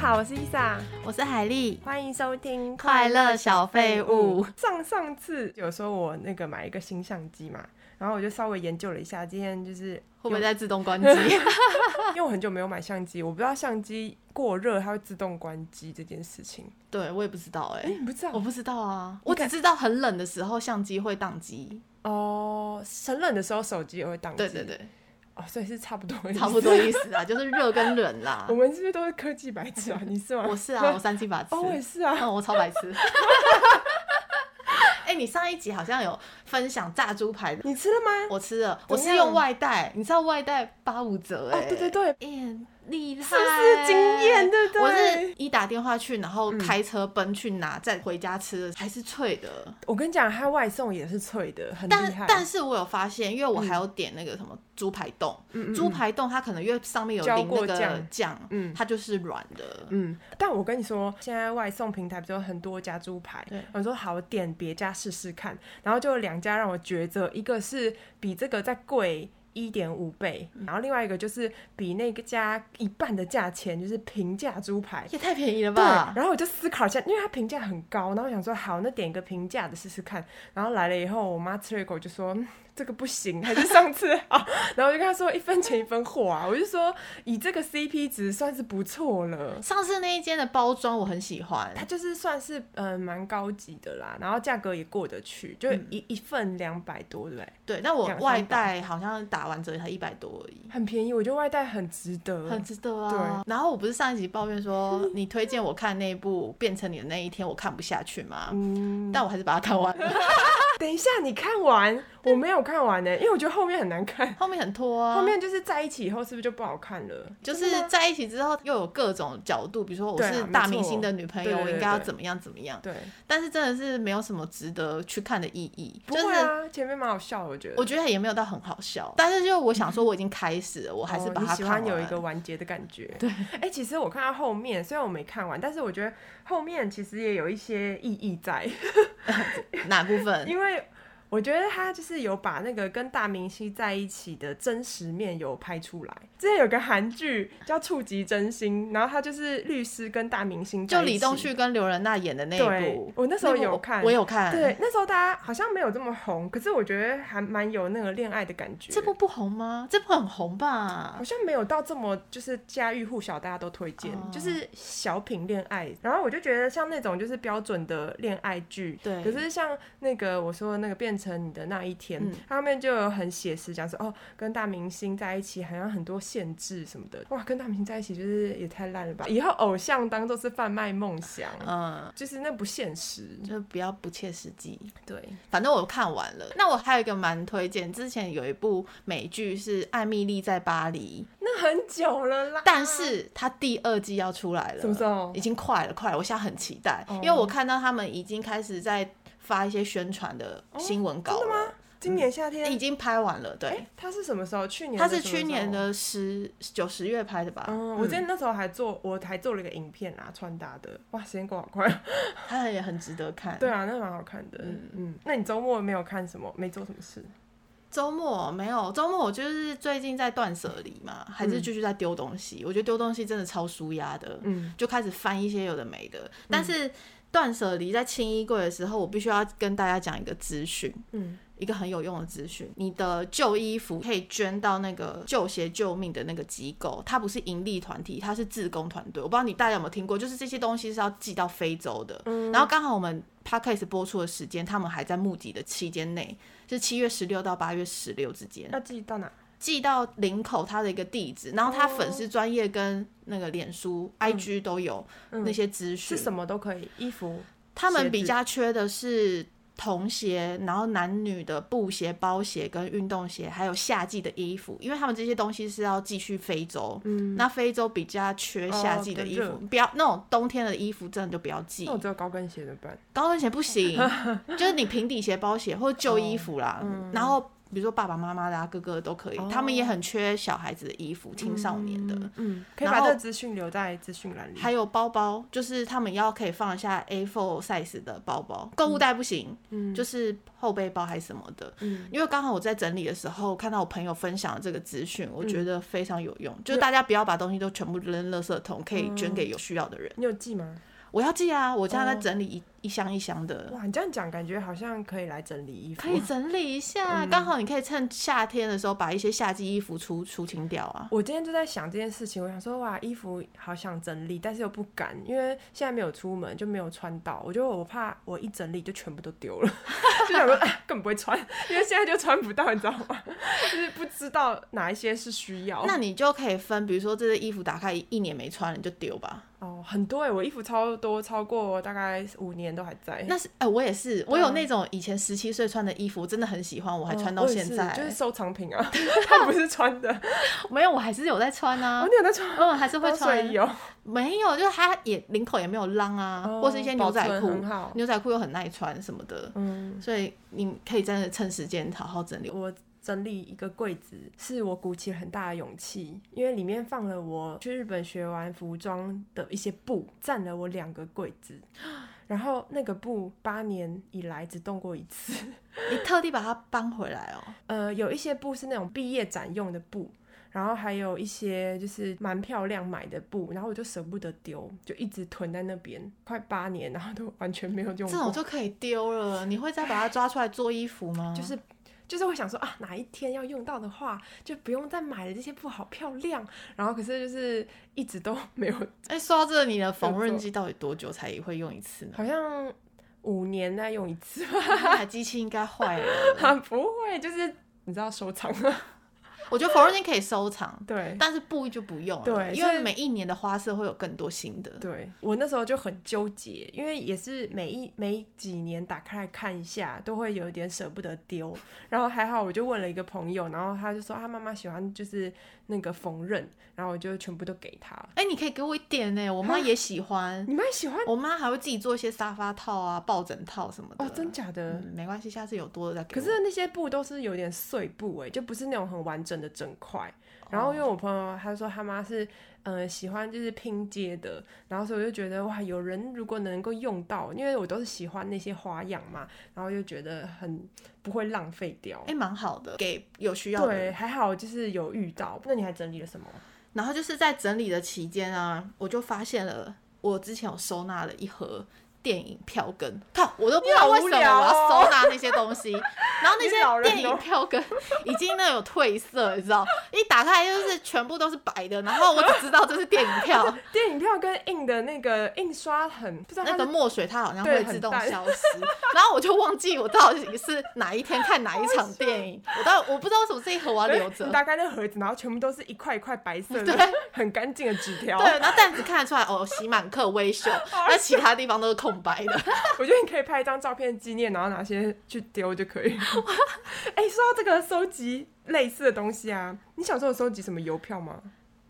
好，我是伊莎，我是海丽。欢迎收听快乐小废物。上上次有说我那个买一个新相机嘛，然后我就稍微研究了一下，今天就是会不会有在自动 关机？因为我很久没有买相机，我不知道相机过热它会自动关机这件事情。对我也不知道哎、哎、你不知我道不知道啊，你我敢只知道很冷的时候相机会宕机。哦？很冷的时候手机也会宕机，对对，对，哦，所以是差不多的意思，差不多 意思啊，就是热跟冷啦我。们是不是都是科技白痴啊？你是吗？我 是啊，我三七八痴，哦，我也是啊。嗯，我超白痴。 哎、你上一集好像有分享炸猪排的，你吃了吗？我吃了，怎我么是样用外带，你知道外带八五折哎、哦，对对对，哎、厉害，欸是不是惊艳？ 对不对？我是一打电话去，然后嗯开车奔去拿，再回家吃，还是脆的。我跟你讲，它外送也是脆的，很厉害但。但是我有发现，因为我还有点那个什么猪排冻，嗯嗯猪排冻它可能因为上面有浇淋过那个酱酱，嗯它就是软的。嗯，但我跟你说，现在外送平台不是有很多家猪排对？我说好，我点别家试试看。然后就有两家让我抉择，一个是比这个再贵一点五倍，嗯然后另外一个就是比那个家一半的价钱，就是平价猪排。也太便宜了对，吧！然后我就思考一下，因为它评价很高，然后我想说好，那点一个平价的试试看。然后来了以后，我妈吃了一口就说、嗯这个不行，还是上次好。然后我就跟她说一分钱一分货啊，我就说以这个 CP 值算是不错了。上次那一间的包装我很喜欢，它就是算是嗯蛮高级的啦，然后价格也过得去，就嗯一、一份两百多，对不对？对，但我两三外带好像打完折才一百多而已。很便宜，我觉得外带很值得。很值得啊！然后我不是上一集抱 怨说你推荐我看那部《变成你的那一天》，我看不下去吗？嗯，但我还是把它看完 了，等一下你看完，我没有看完呢、因为我觉得后面很难看。后面很拖啊。后面就是在一起以后是不是就不好看了？就是在一起之后又有各种角度，比如说我对啊是没大错明星的女朋对友，对我对应该要对怎么样怎么样。对，但是真的是没有什么值得去看的意义，不就会是。啊，前面蛮好笑的，我觉得。我觉得也没有到很好笑，但是就我想说，我已经开始了，我还是哦 把你它喜看完。欢有一个完结的感觉。对，哎、其实我看到后面，虽然我没看完，但是我觉得后面其实也有一些意义在，哪部分？因为我觉得他就是有把那个跟大明星在一起的真实面有拍出来。之前有个韩剧叫《触及真心》，然后他就是律师跟大明星在就一起，李栋旭跟刘仁娜演的那一部对，我那时候部有我看我有看。对，，那时候大家好像没有这么红，可是我觉得还蛮有那个恋爱的感觉。这部不红吗？这部很红吧好？像没有到这么就是家喻户晓，大家都推荐，哦就是小品恋爱。然后我就觉得像那种就是标准的恋爱剧，对可是像那个我说的那个变成你的那一天，嗯它后面就有很写实，讲说哦，跟大明星在一起好像很多限制什么的。哇，跟大明星在一起就是也太烂了吧！以后偶像当做是贩卖梦想，嗯，就是那不现实。就比较不切实际。对，反正我看完了。那我还有一个蛮推荐，之前有一部美剧是《艾米丽在巴黎》，那很久了啦。但是它第二季要出来了，什么时候已？经快了，快了！我现在很期待，哦因为我看到他们已经开始在发一些宣传的新闻哦稿了，今年夏天已？经拍完了。哎、对，它是什么时候？去年？它是去年。的十九十月拍的吧？嗯，我之前那时候还做，我还做了一个影片啦，穿搭的。哇，时间过好快。它也很值得看。对，啊，那蛮好看的。嗯嗯那你周末没有看什么？没做什么事？周末没有，周末我就是最近在断舍离嘛，还是继续在丢东西。我觉得丢东西真的超舒压的。嗯，就开始翻一些有的没的。但是断舍离在清衣柜的时候，我必须要跟大家讲一个资讯，嗯，一个很有用的资讯。你的旧衣服可以捐到那个旧鞋救命的那个机构，它不是盈利团体，它是自工团队。我不知道你大家有没有听过，就是这些东西是要寄到非洲的。然后刚好我们 podcast 播出的时间，他们还在募集的期间内，是七月十六到八月十六之间。嗯要寄到哪？寄到林口他的一个地址，然后他粉丝专业跟那个脸书、IG 都有那些资嗯是讯。什么都可以，衣服。他鞋们子比较缺的是童鞋，然后男女的布鞋、包鞋跟运动鞋，还有夏季的衣服，因为他们这些东西是要寄去非洲。嗯，那非洲比较缺夏季的衣服，哦更不要那种冬天的衣服，真的就不要寄那。我只有高跟鞋怎么办？ 哦嗯高跟鞋不行，就是你平底鞋、包鞋或者旧衣服啦。然后比如说爸爸妈妈的、啊、哥哥的都可以，他们也很缺小孩子的衣服，青少年的。嗯，可以然把这后个资讯留在资讯栏里。还有包包，就是他们要可以放得下 A4 size 的包包，购物袋不行，嗯就是后背包还是什么的。嗯，因为刚好我在整理的时候看到我朋友分享的这个资讯，我嗯觉得非常有用。就是大家不要把东西都全部扔垃圾桶，可嗯以捐给有需要的人。你有记吗？我要记啊，我现在在哦整理一、一箱一箱的，哇，你这样讲，感觉好像可以来整理衣服。可以整理一下。嗯刚、好你可以趁夏天的时候把一些夏季衣服出出清掉啊。我今天就在想这件事情，我想说哇，衣服好想整理，但是又不敢，因为现在没有出门就没有穿到，我觉得我怕我一整理就全部都丢了， 就想说、啊、根本不会穿，因为现在就穿不到，你知道吗？ 就是不知道哪一些是需要。那你就可以分，比如说这些衣服打开一一年没穿了，你就丢吧。哦，很多哎，我衣服超多，超过大概五年都还在。那是哎、我也是，我有那种以前十七岁穿的衣服，我真的很喜欢，我还嗯哦穿到我也现是在、就是 收藏品啊，它不是穿 的。没有，我还是有在穿啊哦，。 你有在穿？嗯，还是会哦穿睡。衣哦，没有，就是它也领口也没有浪啊，哦或是一些牛保仔存裤很好，牛仔裤又很耐穿什么的，嗯，所以你可以真的趁时间好好整理。我整理一个柜子，是我鼓起很大的勇气，因为里面放了我去日本学完服装的一些布，占了我两个柜子。 然后那个布八年以来只动过一次， 你特地把它搬回来哦，呃，有一些布是那种毕业展用的布，然后还有一些就是蛮漂亮买的布，然后我就舍不得丢，就一直囤在那边，快八年，然后都完全没有用这种过。就可以丢了。你会再把它抓出来做衣服吗？就是就是会想说啊，哪一天要用到的话，就不用再买了，这些布好漂亮。然后可是就是一直都没有，哎、说到这，你的缝纫机到底多久才会用一次呢？ 好像五年再用一次吧。 那台机器应该坏了。不会，就是你知道收藏 我觉得缝纫机可以收藏，对。但是布就不用了，对因所为以每一年的花色会有更多新的。对我那时候就很纠结，因为也是每一每几年打开来看一下，都会有一点舍不得丢。然后还好，我就问了一个朋友，然后他就说他妈妈喜欢就是那个缝纫，然后我就全部都给他。哎、你可以给我一点呢、我啊妈也喜欢。你蛮喜欢我妈还会自己做一些沙发套啊、抱枕套什么的。哦，真假的？嗯，没关系，下次有多的再给可我。是那些布都是有点碎布哎、就不是那种很完整的整块。然后因为我朋友他说他妈是嗯、呃喜欢就是拼接的，然后所以我就觉得哇，有人如果能够用到，因为我都是喜欢那些花样嘛，然后就觉得很不会浪费掉。哎，蛮、好的，给有需要的对，人。还好就是有遇到。那你还整理了什么？然后就是在整理的期间啊，我就发现了，我之前有收纳了一盒电影票根，靠，我都不知道为什么你好无聊我哦要收纳那些东 西。然后你老那些人哦电影票根已经那有褪色， 你知道，一打开就是全部都是白的，然后我只知道这是电影 票，电影票跟印的那个印刷很不知道它那是个墨水它好像对会自动很淡消失，然后我就忘记我到底是哪一天看哪一场 电影，我到我不知道为什么这一盒我要留着你。打开那盒子，然后全部都是一块一块白 色的对，很干净的纸条。 对，然后但只看得出来哦，洗满课微秀，那其他地方都是空白的。 我觉得你可以拍一张照片纪念，然后拿些去丢就可以。 哎、说到这个收集类似的东西啊，你小时候有收集什么邮票吗？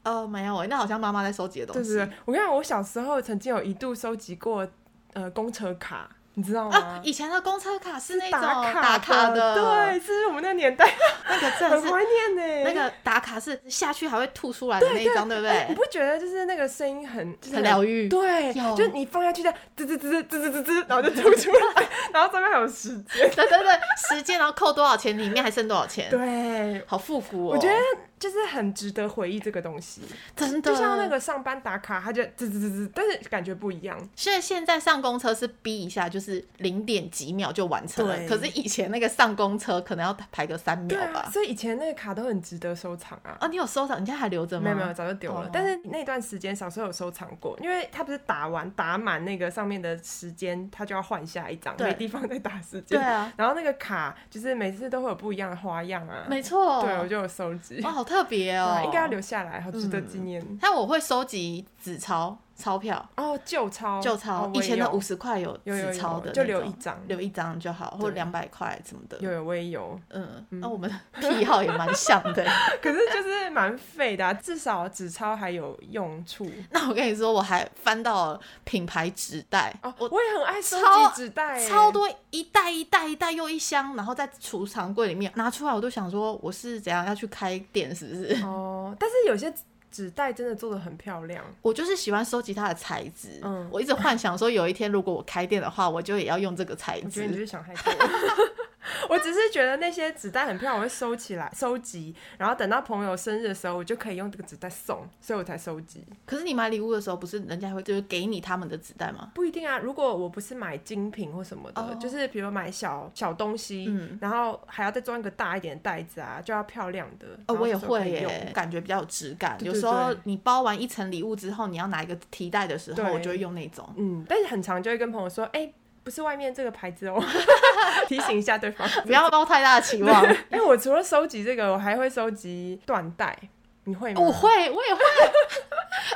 呃，没有，那好像妈妈在收集的东对西。对啊对，我跟你讲，我小时候曾经有一度收集过呃公车卡，你知道啊吗？，以前的公车卡是那种打卡打卡的，对，，是我们那个年代那个 真的很是怀念呢、那个打卡是下去还会吐出来的那一张，对不哎你对？不觉得就是那个声音很就是很疗愈对，有就是你放下去的滋滋滋滋滋滋滋，然后就吐出来， 然后上面还有时间。 对对对，时间然后扣多少钱，里面还剩多少钱，对，好复古哦。我觉得就是很值得回忆这个东西，真的，就像那个上班打卡，他就滋滋滋滋，但是感觉不一样。所以现在上公车是逼一下，就是零点几秒就完成了。对可是以前那个上公车可能要排个三秒对啊，吧。所以以前那个卡都很值得收藏啊。啊，你有收藏？你现在还留着吗？没有没有，早就丢了。哦但是那段时间小时候有收藏过，因为他不是打完打满那个上面的时间，他就要换下一张，对没地方再打时对间。啊，然后那个卡就是每次都会有不一样的花样啊。没错。对，我就有收集。哇，好特别对哦啊，应该要留下来，好值得纪念。但我会收集纸钞，钞票。哦，旧钞，旧钞哦，以前的五我十块有有有有纸钞的那种，就留一张留一张就好，或对两百块什么的也。有有有，我也有，嗯，那、我们的 癖好也蛮像 的。可是就是蛮废的、啊，至少纸钞还有用处。那我跟你说，我还翻到了品牌纸袋，哦，我我也很爱收超集纸袋、欸，超多一袋一袋一袋又一箱，然后在储藏柜里面拿出来，我都想说我是怎样要去开店，是不是？ 哦。但是有些纸袋真的做的很漂亮，我就是喜欢收集它的材质，嗯我一直幻想说有一天如果我开店的话，我就也要用这个材我觉得你就是质。想太多了。 我只是觉得那些纸袋很漂亮，我会收起来收集，然后等到朋友生日的时候，我就可以用这个纸袋送，所以我才收集。可是你买礼物的时候，不是人家会就是给你他们的纸袋吗？不一定啊，如果我不是买精品或什么的，哦就是比如买小小东西，嗯然后还要再装一个大一点的袋子啊，就要漂亮的。哦，然后我也就是可会以耶用，感觉比较有质感。对有对时候对你包完一层礼物之后，你要拿一个提袋的时候，对我就会用那种。嗯，但是很常就会跟朋友说，哎、不是外面这个牌子哦， 提醒一下对方。 不要抱太大的期望。哎、我除了收集这个，我还会收集缎带，你会吗？ 我会，我也会。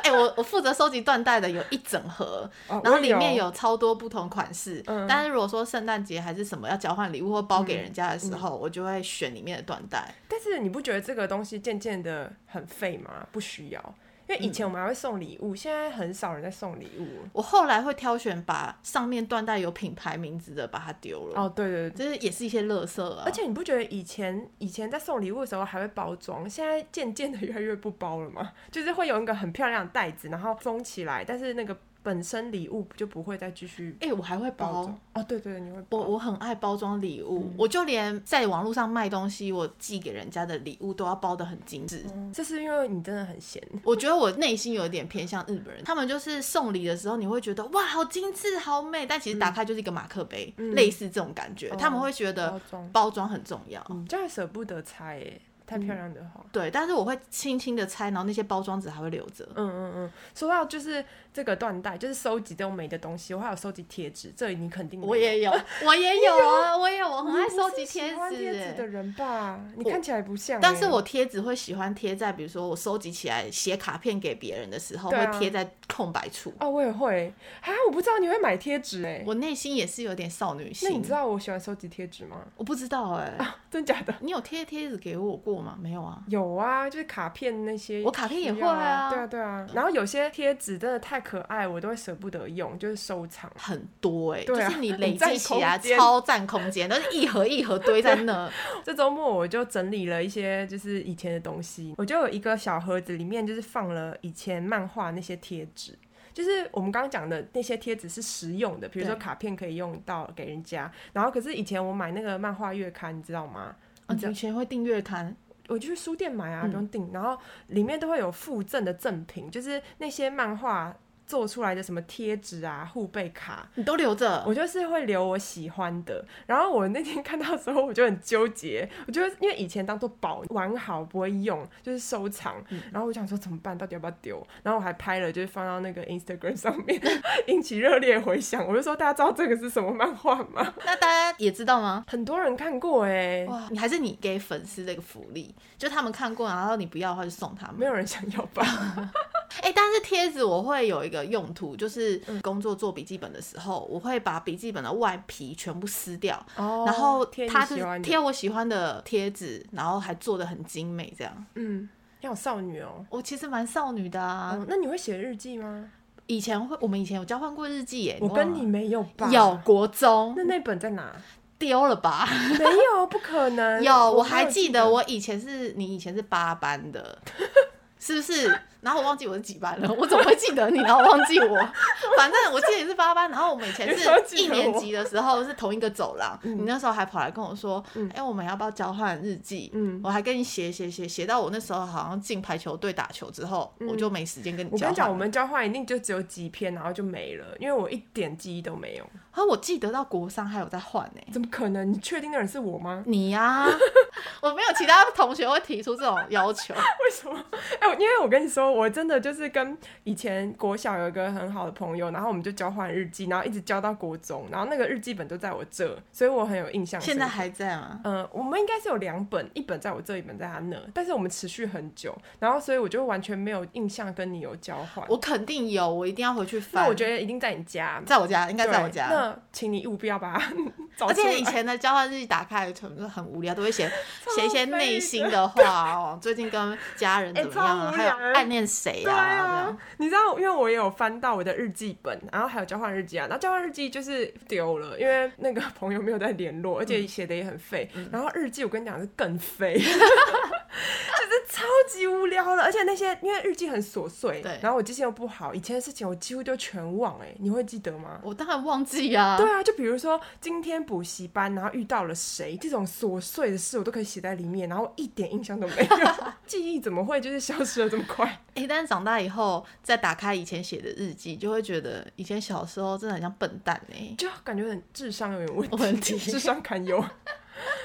哎、我我负责收集缎带的有一整盒，哦然后我里面有超多不同款式。嗯但是如果说圣诞节还是什么要交换礼物或包给人家的时候，我就会选里面的缎带。但是你不觉得这个东西渐渐的很废吗？不需要，因为以前我们还会送礼物，现在很少人在送礼物。我后来会挑选把上面缎带有品牌名字的把它丢了，哦，对对对。就是也是一些垃圾啊。而且你不觉得以前以前在送礼物的时候还会包装，现在渐渐的越来越不包了吗？ 就是会有一个很漂亮的袋子，然后封起来，但是那个本身礼物就不会再继续哎、我还会包包装。嗯哦，对对对，你会包我我很爱包装礼物，我就连在网络上卖东西，我寄给人家的礼物都要包得很精致。这是因为你真的很闲。我觉得我内心有一点偏向日本人，他们就是送礼的时候，你会觉得哇，好精致，好美，但其实打开就是一个马克杯，类似这种感觉。嗯哦他们会包觉得装包装很重要，嗯，这样舍不得拆耶，嗯太漂亮的话。对。但是我会轻轻的拆，然后那些包装纸还会留着。嗯嗯嗯，说到就是这个缎带，就是收集这种美的东西，我还有收集贴纸，这你肯定没有我也有，我也有啊，我也有，我很爱收集贴你不是喜欢贴纸的纸。欸人吧？你我看起来不像欸、但是我贴纸会喜欢贴在，比如说我收集起来写卡片给别人的时候，对啊会贴在空白处。哦，我也会啊，我不知道你会买贴纸哎。我内心也是有点少女那心。你知道我啊喜欢收集贴纸吗？我不知道哎、真假的？你有贴贴纸给我过吗？没有啊。有啊，就是卡片那些需要啊，我卡片也会啊对啊对啊。然后有些贴纸真的太可爱，我都会舍不得用，就是收藏。很多哎、就对啊是你累积起来很占空间超占空间，都是一盒一盒堆在那。这周末我就整理了一些就是以前的东西，我就有一个小盒子，里面就是放了以前漫画那些贴纸。就是我们刚刚讲的那些贴纸是实用的，比如说对卡片可以用到给人家。然后可是以前我买那个漫画月刊， 你知道吗？啊，你以前会订月刊，我就去书店买嗯啊，不用订。然后里面都会有附赠的赠品，就是那些漫画做出来的什么贴纸啊、护贝卡，你都留着。我就是会留我喜欢的。然后我那天看到的时候，我就很纠结，我就因为以前当做宝完好不会用，就是收藏。嗯然后我想说怎么办，到底要不要丢？然后我还拍了，就是放到那个 Instagram 上面， 引起热烈回响。我就说大家知道这个是什么漫画吗？那大家也知道吗？很多人看过哎、哇，你还是你给粉丝的一个福利，就他们看过，然后你不要的话就送他没们。有人想要吧？ 哎、但是贴纸我会有一个用途，就是嗯工作做笔记本的时候，我会把笔记本的外皮全部撕掉，哦然后贴它你喜就是欢的贴我喜欢的贴纸，然后还做的很精美，这样。嗯，要有少女哦。我其实蛮少女的啊，哦，那你会写日记吗？以前会，我们以前有交换过日记耶。我忘跟了你没有吧？有。国中那那本在哪？丢了吧？没有，不可能。有，我我还没有记得我以前是你以前是八 班的，是不是？然后我忘记我是几班了，我怎么会记得你？然后忘记我， 反正我记得你是八班。然后我们以前你是怎么记一得我嗯年级的时候是同一个走廊，你那时候还跑来跟我说，哎、我们要不要交换日记？嗯我还跟你写写写写到我那时候好像进排球队打球之后，我就没时间跟你嗯我交跟换你讲，了我们交换一定就只有几篇，然后就没了，因为我一点记忆都没有。啊，我记得到国三还有在换呢、怎么可能？你确定那人是我吗？ 你呀、 我没有其他同学会提出这种 要求。为什么？哎、我因为我跟你说，我真的就是跟以前国小有一个很好的朋友，然后我们就交换日记，然后一直交到国中，然后那个日记本都在我这，所以我很有印象深刻。现在还在吗？嗯，我们应该是有两本，一本在我这，一本在他那，但是我们持续很久，然后所以我就完全没有印象跟你有交换。我肯定有，我一定要回去翻。那我觉得一定在你家，在我家，应该在我对家。那请你务必要把它 找而出且以来。前的交换日记打开全部都很无聊，都 会写写一些废的内心的话哦，最近跟家人怎么样 哎超啊，无还有聊暗恋谁对啊，这样啊，你知道，因为我也有翻到我的日记本，然后还有交换日记啊，然后交换日记就是丢了，因为那个朋友没有在联嗯络，而且写的也很废，然后日记我跟你讲是更 废，就是超级无聊的，而且那些因为日记很琐碎对，然后我记性又不好，以前的事情我几乎就全忘、哎，你会记得吗？我当然忘记啊。对啊，就比如说今天补习班，然后遇到了谁，这种琐碎的事我都可以写在里面，然后一点印象都没 有，记忆怎么会就是消失的这么快？哎、但是长大以后再打开以前写的日记，就会觉得以前小时候真的很像笨蛋哎、就感觉很智商有点问题，问题 智商堪忧。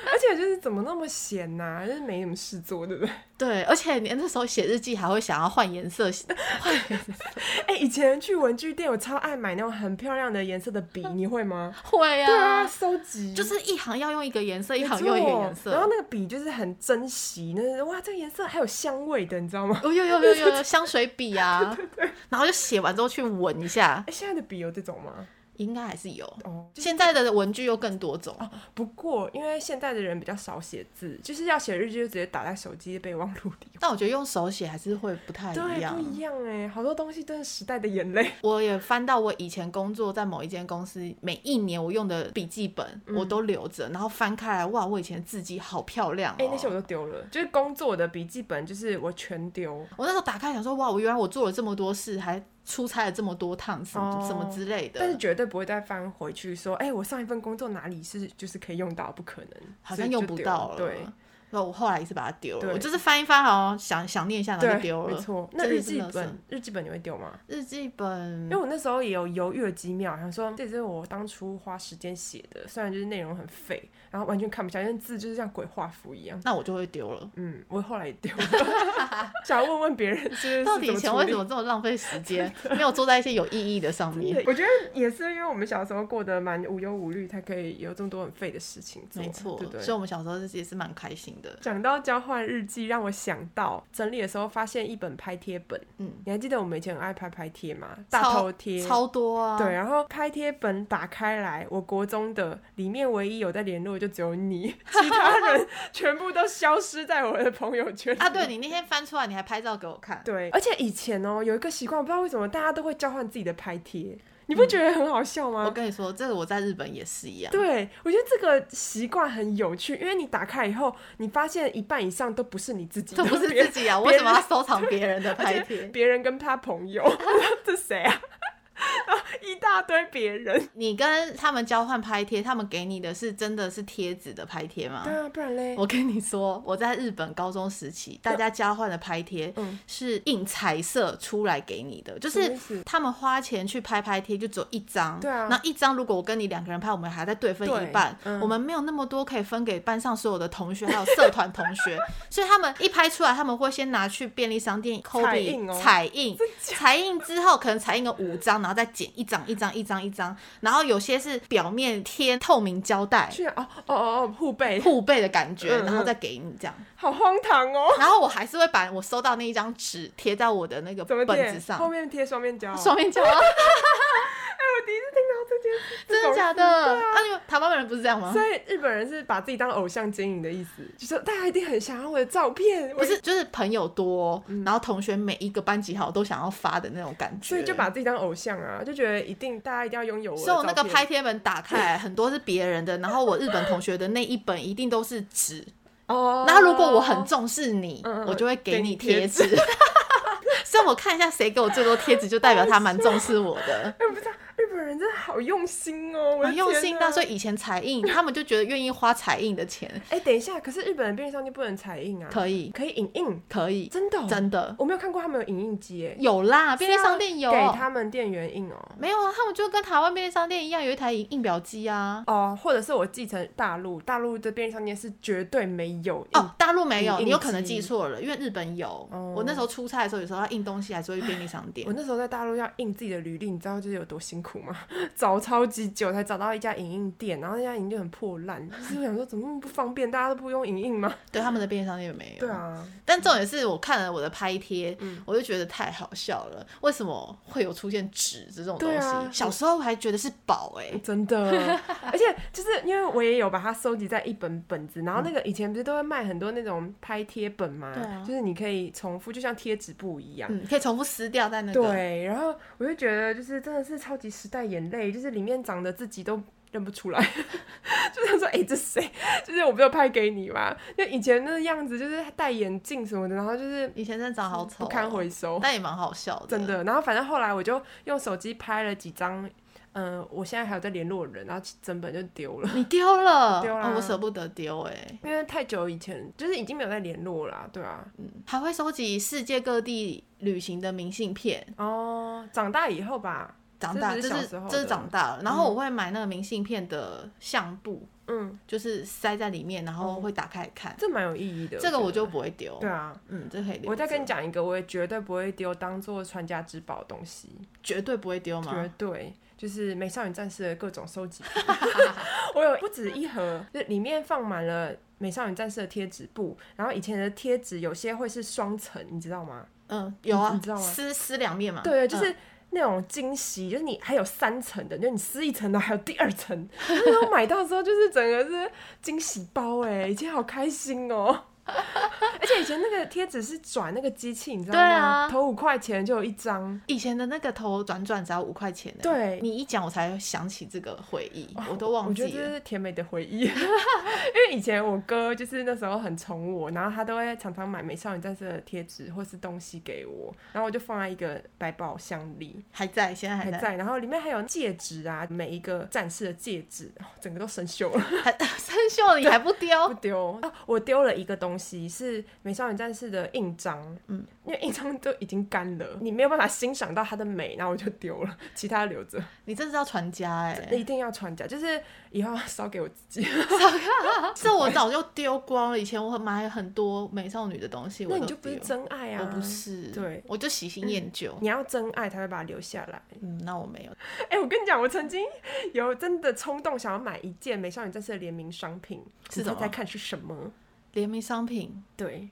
而且就是怎么那么闲呐、就是没什么事做，对不 对？对，而且你那时候写日记还会想要换颜色，换颜色哎、以前去文具店，我超爱买那种很漂亮的颜色的 笔，你会吗？会 对啊，啊，收集就是一行要用一个颜色，一没行用一错个颜然后色。那个笔就是很珍惜，那是哇，这个颜色还有香味的，你知道吗？哦，有有有有有香水笔啊，然后就写完之后去闻一下哎、，现在的笔有这种吗？应该还是有。哦，现在的文具又更多种，不过因为现在的人比较少写字，就是要写日记就直接打在手机备忘录里。但我觉得用手写还是会不太一对，样不。一样哎、好多东西真的时代的眼泪。我也翻到我以前工作在某一间公司，每一年我用的笔记本我都留着，然后翻开来，哇，我以前的字迹好漂亮哎、哦。那些我都丢了，就是工作的笔记本，就是我全丢。我那时候打开想说，哇，我原来我做了这么多事，还出差了这么多趟，什么、哦什么之类的。但是绝对不会再翻回去说，哎、我上一份工作哪里是就是可以用到，不可能，好所像以用就不丢到了。对，然后我后来也是把它丢了。对我就是翻一翻，好像想想念一下，然后就对，丢了。没错。那真的日是记垃圾本，日记本你会丢吗？日记因本为我那时候也有犹豫了几秒，想说这也是我当初花时间写的，虽然就是内容很废，然后完全看不下去，因为字就是像鬼画符一样。那我就会丢了。嗯，我后来也丢了， 想要问问别人是不是到底以前为什么么这么浪费 时间？没有做在一些有意义的上处理面。我觉得也是因为我们小时候过得蛮无忧无虑，才可以有这么多很废的事情做，没错，对不对所以？我们小时候也是蛮开心的。讲到交换日记，让我想到整理的时候发现一本拍贴本。嗯你还记得我们以前很爱拍拍贴吗？大超头贴。超多啊！对，，然后拍贴本打开来，我国中的里面唯一有在联络就只有 你，其他人全部都消失在我的朋友圈里啊，对你那天翻出来，你还拍照给我看。对，而且以前哦有一个习惯，我不知道为什么大家都会交换自己的拍贴，你不觉得很好笑吗？嗯我跟你说，这个我在日本也是一样。啊对，啊我觉得这个习惯很有趣，因为你打开以后，你发现一半以上都不是你自己的，这不是别自人己啊，我别为什么要人收藏 别人的拍贴？别人跟他朋友， 这谁啊？ 然后一大堆别人。你跟他们交换拍贴，他们给你的是真的是贴纸的拍贴吗？对啊，不然嘞？我跟你说，我在日本高中时期，大家交换的拍贴嗯是印彩色出来给你的，就什是么意思他们花钱去拍拍贴，就只有一张。对啊那一张如果我跟你两个人拍，我们还在对分对一半，嗯我们没有那么多可以分给班上所有的同学还有社团同学，所以他们一拍出来，他们会先拿去便利商店抠彩笔印哦彩印，彩印之后可能彩印个五张，然后再剪一张一张一张一张，然后有些是表面贴透明胶带。去哦哦哦哦，护 背，护背的感觉，嗯嗯然后再给你这样。好荒唐哦！然后我还是会把我收到那一张纸贴在我的那个怎么本贴子？后上，面贴双面胶、 双面 胶啊，我第一次听到这件事，真的假的？的？啊，你们台湾人不是这样吗？所以日本人是把自己当偶像经营的意思，就说大家一定很想要我的照片，我不是，就是朋友多，然后同学每一个班级好都想要发的那种感觉，嗯所以就把自己当偶像啊，就觉得一定大家一定要拥有我的所以我那个照片拍贴本打 开来，很多是别人的，然后我日本同学的那一本一定都是纸。 哦，然后如果我很重视你，嗯嗯我就会给给你你贴贴纸。 所以我看一下谁给我最多贴纸，就代表他蛮重视我的。哎，不知道日本人人真的好用心哦，我的很用天心哪的，所以以前彩印他们就觉得愿意花彩印的钱，哎、等一下，可是日本的便利商店不能彩印啊，可以，可以影印，可以，真的、哦、真的我没有看过他们有影印机哎，有啦，便利是要商店有，给他们店员印哦。没有啊，他们就跟台湾便利商店一样有一台印印表机啊。哦，或者是我继承大陆，大陆的便利商店是绝对没有印哦，大陆没有，印你有可能机记错了，因为日本有。哦我那时候出差的时候，有时候要印东西，还是会去便利商店我。那时候在大陆要印自己的履历，你知道就是有多辛苦吗？ 找超级久才找到一家影印店，然后那家影印店很破烂，就是我想说怎么那么不方便，大家都不用影印吗？对，他们的便利商店 没有。对。啊，嗯但重点是我看了我的拍贴，我就觉得太好笑了。为什么会有出现纸这种东对西？啊小时候还觉得是宝哎、真的， 而且就是因为我也有把它收集在一本本子，然后那个以前不是都会卖很多那种拍贴本嘛，对啊就是你可以重复，就像贴纸布一样。嗯，可以重复撕掉在那个。对，然后我就觉得就是真的是超级时代眼泪，就是里面长得自己都认不出来， 就是说哎、这谁？就是我不是拍给你嘛？就以前那样子，就是戴眼镜什么的，然后就是以前真的长好丑、哦不堪，回首，但也蛮好笑的。真。的。然后反正后来我就用手机拍了几张，嗯、我现在还有在联络人，然后整本就丢了。你丢了，丢啦哦、我舍不得丢哎、因为太久以前，就是已经没有在联络啦、对啊。还会收集世界各地旅行的明信片。哦，长大以后吧，长大，这这只是是小时候这是的长大了。然后我会买那个明信片的相簿，嗯，就是塞在里面，然哦后会打开来看。这蛮有意义的。这个我觉得就不会丢对，啊，嗯，这可以留着。我再跟你讲一个，我也绝对不会丢当做传家之宝的东西，绝对不会丢绝吗？对就是美少女战士的各种收 集品。我有不止一盒，就里面放满了美少女战士的贴纸布，然后以前的贴纸有些会是双层，你知道吗？嗯，有啊你知道，吗撕撕两面嘛。对，嗯就是。那种惊喜，就是你还有三层的，就是你撕一层的，还有第二层。那时候买到的时候，就是整个是惊喜包哎、以前好开心哦、而且以前那个贴纸是转那个机器，你知道吗？对啊投五块钱就有一张。以前的那个头转转只要五块钱呢。欸对哦你一讲我才想起这个回忆，我都忘我觉记得这了。是甜美的回忆，因 为以前我哥就是那时候很宠我，然后他都会常常买美少女战士的贴纸或是东西给我，然后我就放在一个百宝箱里还在，现在还还在，在，然后里面还有戒指啊，每一个战士的戒指，哦整个都生锈了，还 生锈了，你还不不丢？丢、哦我丢了一个东西是美少女战士的印章，嗯，因为印章都已经干了，你没有办法欣赏到它的美，然后我就丢了，其他留着，你真的是要传家哎那！一定要传家，就是以后要烧给我自己。啊这我早就丢光了。以前我买很多美少女的东西，我那都你就不是丢真爱啊！我不，是，对我就喜新厌旧。你要真爱才会把它留下来。嗯，那我没有，哎、我跟你讲，我曾经有真的冲动想要买一件美少女战士的联名商品，是你猜什么猜看是什么？联名商品对，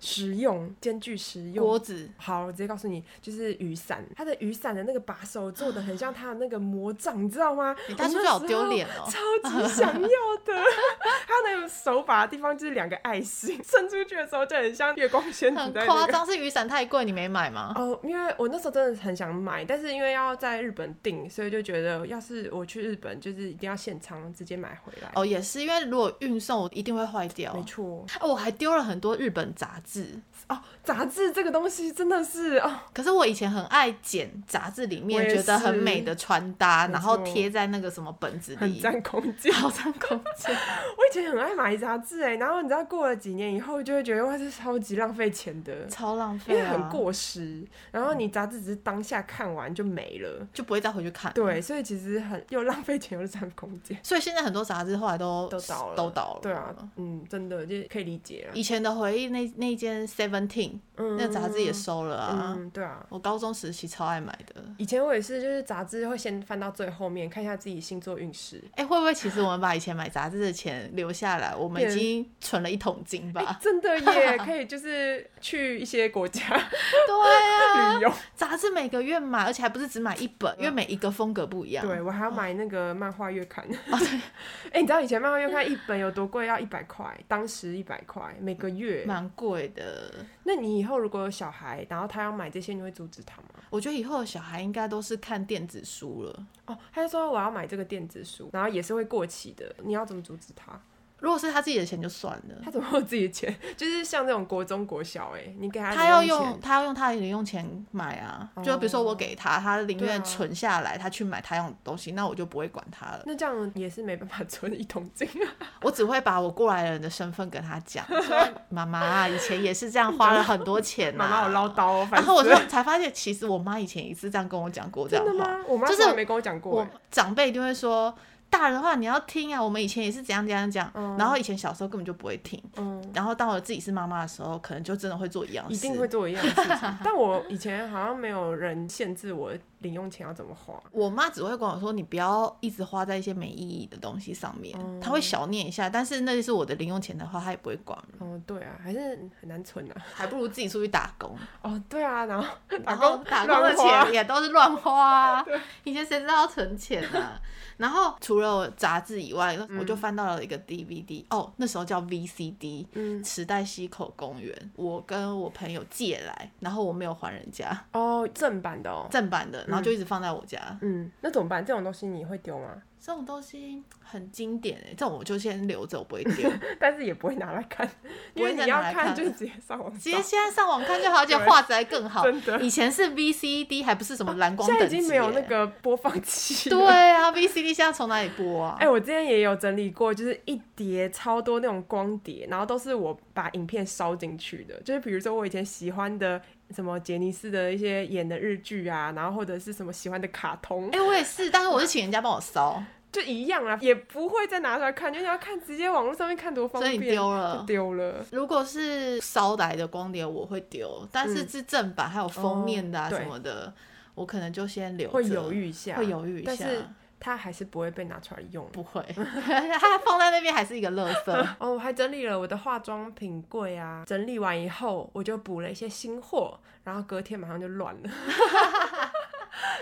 实用，兼具实用。锅子，好，我直接告诉你，就是雨伞，它的雨伞的那个把手做的很像它的那个魔杖，你知道吗？你我当初那好时丢候 脸哦。超级想要的。 它那个手把的地方就是两个爱心，伸出去的时候就很像月光仙子很在、那夸个张，是雨伞太贵，你没买吗？哦，因为我那时候真的很想买，但是因为要在日本订，所以就觉得要是我去日本，就是一定要现场直接买回来。哦，也是，因为如果运送，我一定会坏掉。没错，哦，我还丢了很多日本杂志，哦，杂志这个东西真的是哦，可是我以前很爱捡杂志里我面也觉得很美的穿搭，是然后没错贴在那个什么本子很里，占空间。 好占空间。我以前很爱买杂志哎，然后你知道过了几年以后，就会觉得哇，这超级浪费钱的。超浪因费、为啊，很，过时，然后你杂志只是当下看完就没了，就不会再回去看。，对，所以其实很又浪费钱又占空间，所以现在很多杂志后来都都倒了，都倒了。对啊，嗯，真的就可以理解了，以前的回忆那那间 Seventeen 嗯，那杂志也收了啊。嗯，对啊，我高中时期超爱买的。以前我也是，就是杂志会先翻到最后面，看一下自己星座运势。哎、会不会其实我们把以前买杂志的钱留下来，我们已变经存了一桶金吧？真的 耶，可以就是去一些国家 对啊，旅游。 杂志每个月买，而且还不是只买一本，因为每一个风格不一样。啊嗯哦对，我还要买那个漫画月刊。 哎、你知道以前漫画月刊一本有多贵？要一百块，当时一百块每个月。蛮贵的。那你以后如果有小孩，然后他要买这些，你会阻止他吗？我觉得以后的小孩应该都是看电子书了。哦，他就说我要买这个电子书，然后也是会过期的，你要怎么阻止他？如果是他自己的钱就算了，他怎么会有自己的钱？ 就是像那种国中、国小、欸，哎，你给他他他要用他要用他的零用钱买啊，就比如说我给他，他宁哦对啊愿存下来，他去买他用的东西，那我就不会管他了，那这样也是没办法存一桶金啊。我只会把我过来人的身份跟他 讲，说妈妈以前也是这样花了很多钱、啊，妈妈好唠叨哦，反然后正我就才发现，其实我妈以前也是这样跟我讲 过这真样的的话。吗？我妈就是从来没跟我讲过、我欸。长辈一定会说，大人的话你要听啊，我们以前也是怎样怎样怎样。然后以前小时候根本就不会听，嗯，然后当我自己是妈妈的时候，可能就真的会做一样的一事。定会做一样的事 情。但我以前好像没有人限制我零用钱要怎么花。我妈只会跟我说，你不要一直花在一些没意义的东西上面，她会小念一下，但是那是我的零用钱的话，她也不会管， 哦，对啊，还是很难存啊。还不如自己出去打 工，哦，对啊，然后打然后工打工乱的花钱也都是乱花、啊，以前谁知道要存钱 啊？然后除了我杂志以外，我就翻到了一个 DVD，、哦，那时候叫 VCD，嗯池袋西口公园，我跟我朋友借来，然后我没有还人家哦，正版的哦。正版的，然后就一直放在我家。嗯，那怎么办？这种东西你会丢吗？ 这种东西很经典哎、这种我就先留着，我不会丢。但是也不会拿来看，因为不你会再要拿来看看就直接上网直找接。现在上网看就好，而且画质还更好真的。以前是 VCD，还不是什么蓝光现在已等级、经没有那。个播放器了。对 啊，VCD 现在从哪里播啊？哎、我之前也有整理过，就是一叠超多那种光碟，然后都是我把影片烧进去的。就是比如说我以前喜欢的什么杰尼斯的一些演的日剧啊，然后或者是什么喜欢的卡通， 哎、我也是，但是我是请人家帮我烧，就一样啊，也不会再拿出来看，就想要看直接网络上面看多方所便。以你丢了就。丢了。如果是烧来的光碟，我会丢，但是是正版还有封面的嗯啊哦对什么的，我可能就先留着。会犹，豫一下，会犹豫一但下，是它还是不会被拿出来用。不会， 它放在那边还是一个垃圾。哦，我还整理了我的化妆品柜啊，整理完以后我就补了一些新货，然后隔天马上就乱了。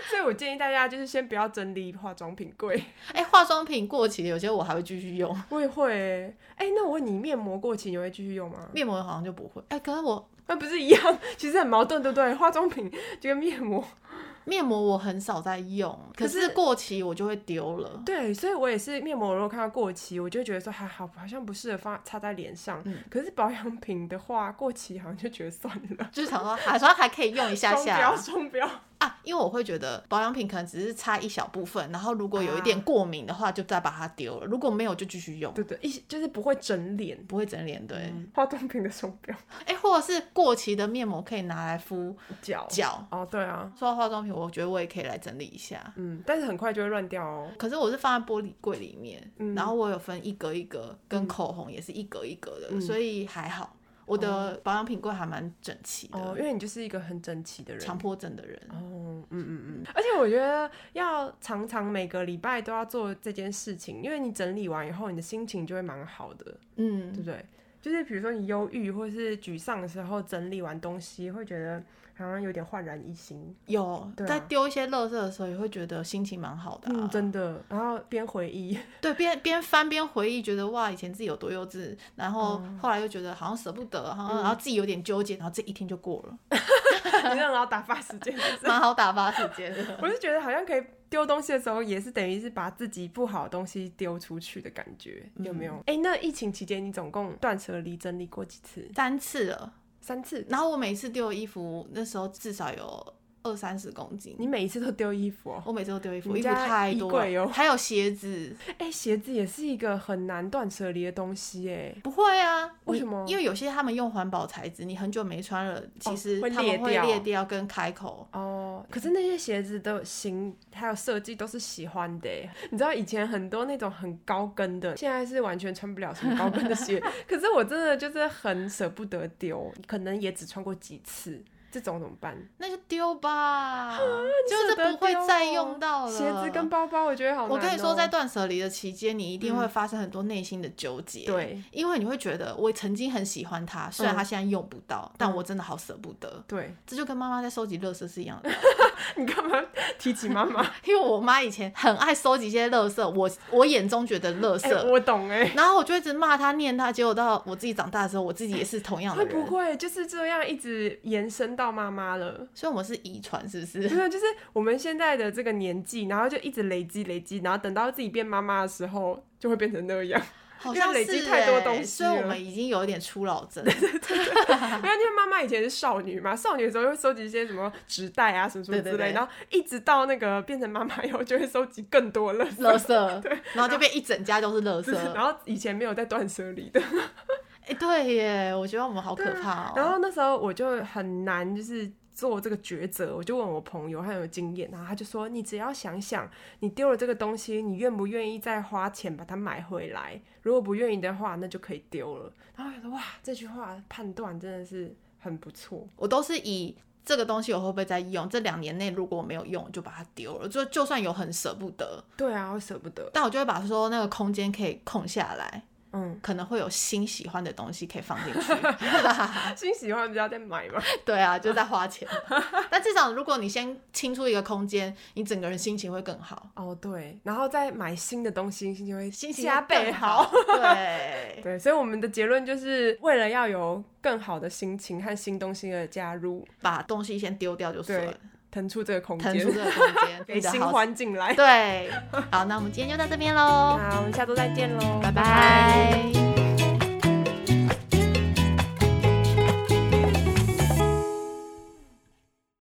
所以我建议大家就是先不要整理化妆品柜。 哎、化妆品过期，有些我还会继续用，我也会、欸，哎、那我问你，面膜过期你会继续用吗？面膜好像就不会。哎、可是我那不是一样， 其实很矛盾，对不对？化妆品这个面膜，面膜我很少在用，可可是是过期我就会丢了。对，所以我也是面膜，如果看到过期，我就觉得说还好，好像不适合放擦在脸上。嗯可是保养品的话，过期好像就觉得算了，就是想说，还说还可以用一下双标，下 双标。啊，因为我会觉得保养品可能只是擦一小部分，然后如果有一点啊过敏的话，就再把它丢了；如果没有，就继续用，对对，一些就是不会整脸。不会整脸。对，化妆品的手表、哎、或者是过期的面膜可以拿来敷脚脚。哦，对啊，说到化妆品，我觉得我也可以来整理一下。嗯，但是很快就会乱掉哦。可是我是放在玻璃柜里面，嗯然后我有分一格一格，跟口红也是一格一格的，嗯所以还好。我的保养品柜还蛮整齐的，哦，因为你就是一个很整齐的人。强迫症的人。哦，嗯嗯嗯，而且我觉得要常常每个礼拜都要做这件事情，因为你整理完以后，你的心情就会蛮好的，对嗯，不对？就是比如说你忧郁或是沮丧的时候，整理完东西会觉得好像有点焕然一新。有对啊在丢一些垃圾的时候，也会觉得心情蛮好的、啊。嗯，真的。然后边回忆， 对，边边翻边回忆，觉得哇，以前自己有多幼稚，然后嗯后来又觉得好像舍不得，好像然后自己有点纠结，然后这一天就过 了，你让我打发时间，蛮好打发时间 的。我就觉得好像可以丢东西的时候，也是等于是把自己不好的东西丢出去的感觉，有没有？哎、那疫情期间你总共断舍离整理过几次？三次了，三次。然后我每次丢的衣服，那时候至少有二三十公斤。你每一次都丢衣服哦？我每次都丢衣服，你衣服家太衣多柜有了，还有鞋子。哎、鞋子也是一个很难断舍离的东西哎。不会啊，为你什么因为有些他们用环保材质，你很久没穿了，其实哦会他裂们会掉裂掉跟开口。哦，可是那些鞋子的型还有设计都是喜欢的耶，你知道以前很多那种很高跟的，现在是完全穿不了什么高跟的 鞋。可是我真的就是很舍不得丢，可能也只穿过几次，这种怎么办？那就丢啊吧，舍 就是得不会丢再哦用到了。鞋子跟包包，我觉得好难哦、我跟你说，在断舍离的期间，你一定会发生很多内心的纠结。对因为你会觉得我曾经很喜欢它，虽然它现在用不嗯到，但我真的好舍不得。对，这就跟妈妈在收集垃圾是 一样的，你干嘛提起妈 妈？因为我妈以前很爱收集一些垃圾，我我眼中觉得垃圾，哎、我懂哎、然后我就一直骂她、念她，结果到我自己长大的时候，我自己也是同样的会不人。会就是这样一直延伸到妈妈了？所以我们是遗传，是不 没是？有，就是我们现在的这个年纪，然后就一直累积累积，然后等到自己变妈妈的时候，就会变成那样。 好因像为累积是太多欸东西所以我了们已经有一点初老症。因为因为妈妈以前是少女嘛，少女的时候会收集一些什么纸袋啊什么什么之对类，对对然后一直到那个变成妈妈以后，就会收集更多了。垃圾，然后就变一整家都是垃圾。然后以前没有在断舍离的，哎、对耶，我觉得我们好可怕哦、啊然后那时候我就很难，就是做这个抉择。我就问我朋友，他有经验，然后他就说：“你只要想想，你丢了这个东西，你愿不愿意再花钱把它买回来？如果不愿意的话，那就可以丢了。”然后我想说：“哇，这句话判断真的是很不错。我都是以这个东西我会不会再用，这两年内如果我没有用，我就把它丢了。就就算有很舍不得，”对啊，我舍不得。但我就会把说那个空间可以空下来， 嗯，可能会有新喜欢的东西可以放进去。 新喜欢不是要再买吗？对啊，就在花钱。但至少如果你先清出一个空间，你整个人心情会更好，哦，对，然后再买新的东 西，心情会心情加会更倍好。好。对。对，所以我们的结论就是为了要有更好的心情和新东西的加入，把东西先丢掉就算了，腾出这个空腾出间，这个空间，给你的新好环境来。哦对，好，那我们今天就到这边喽，那我们下周再见喽，拜拜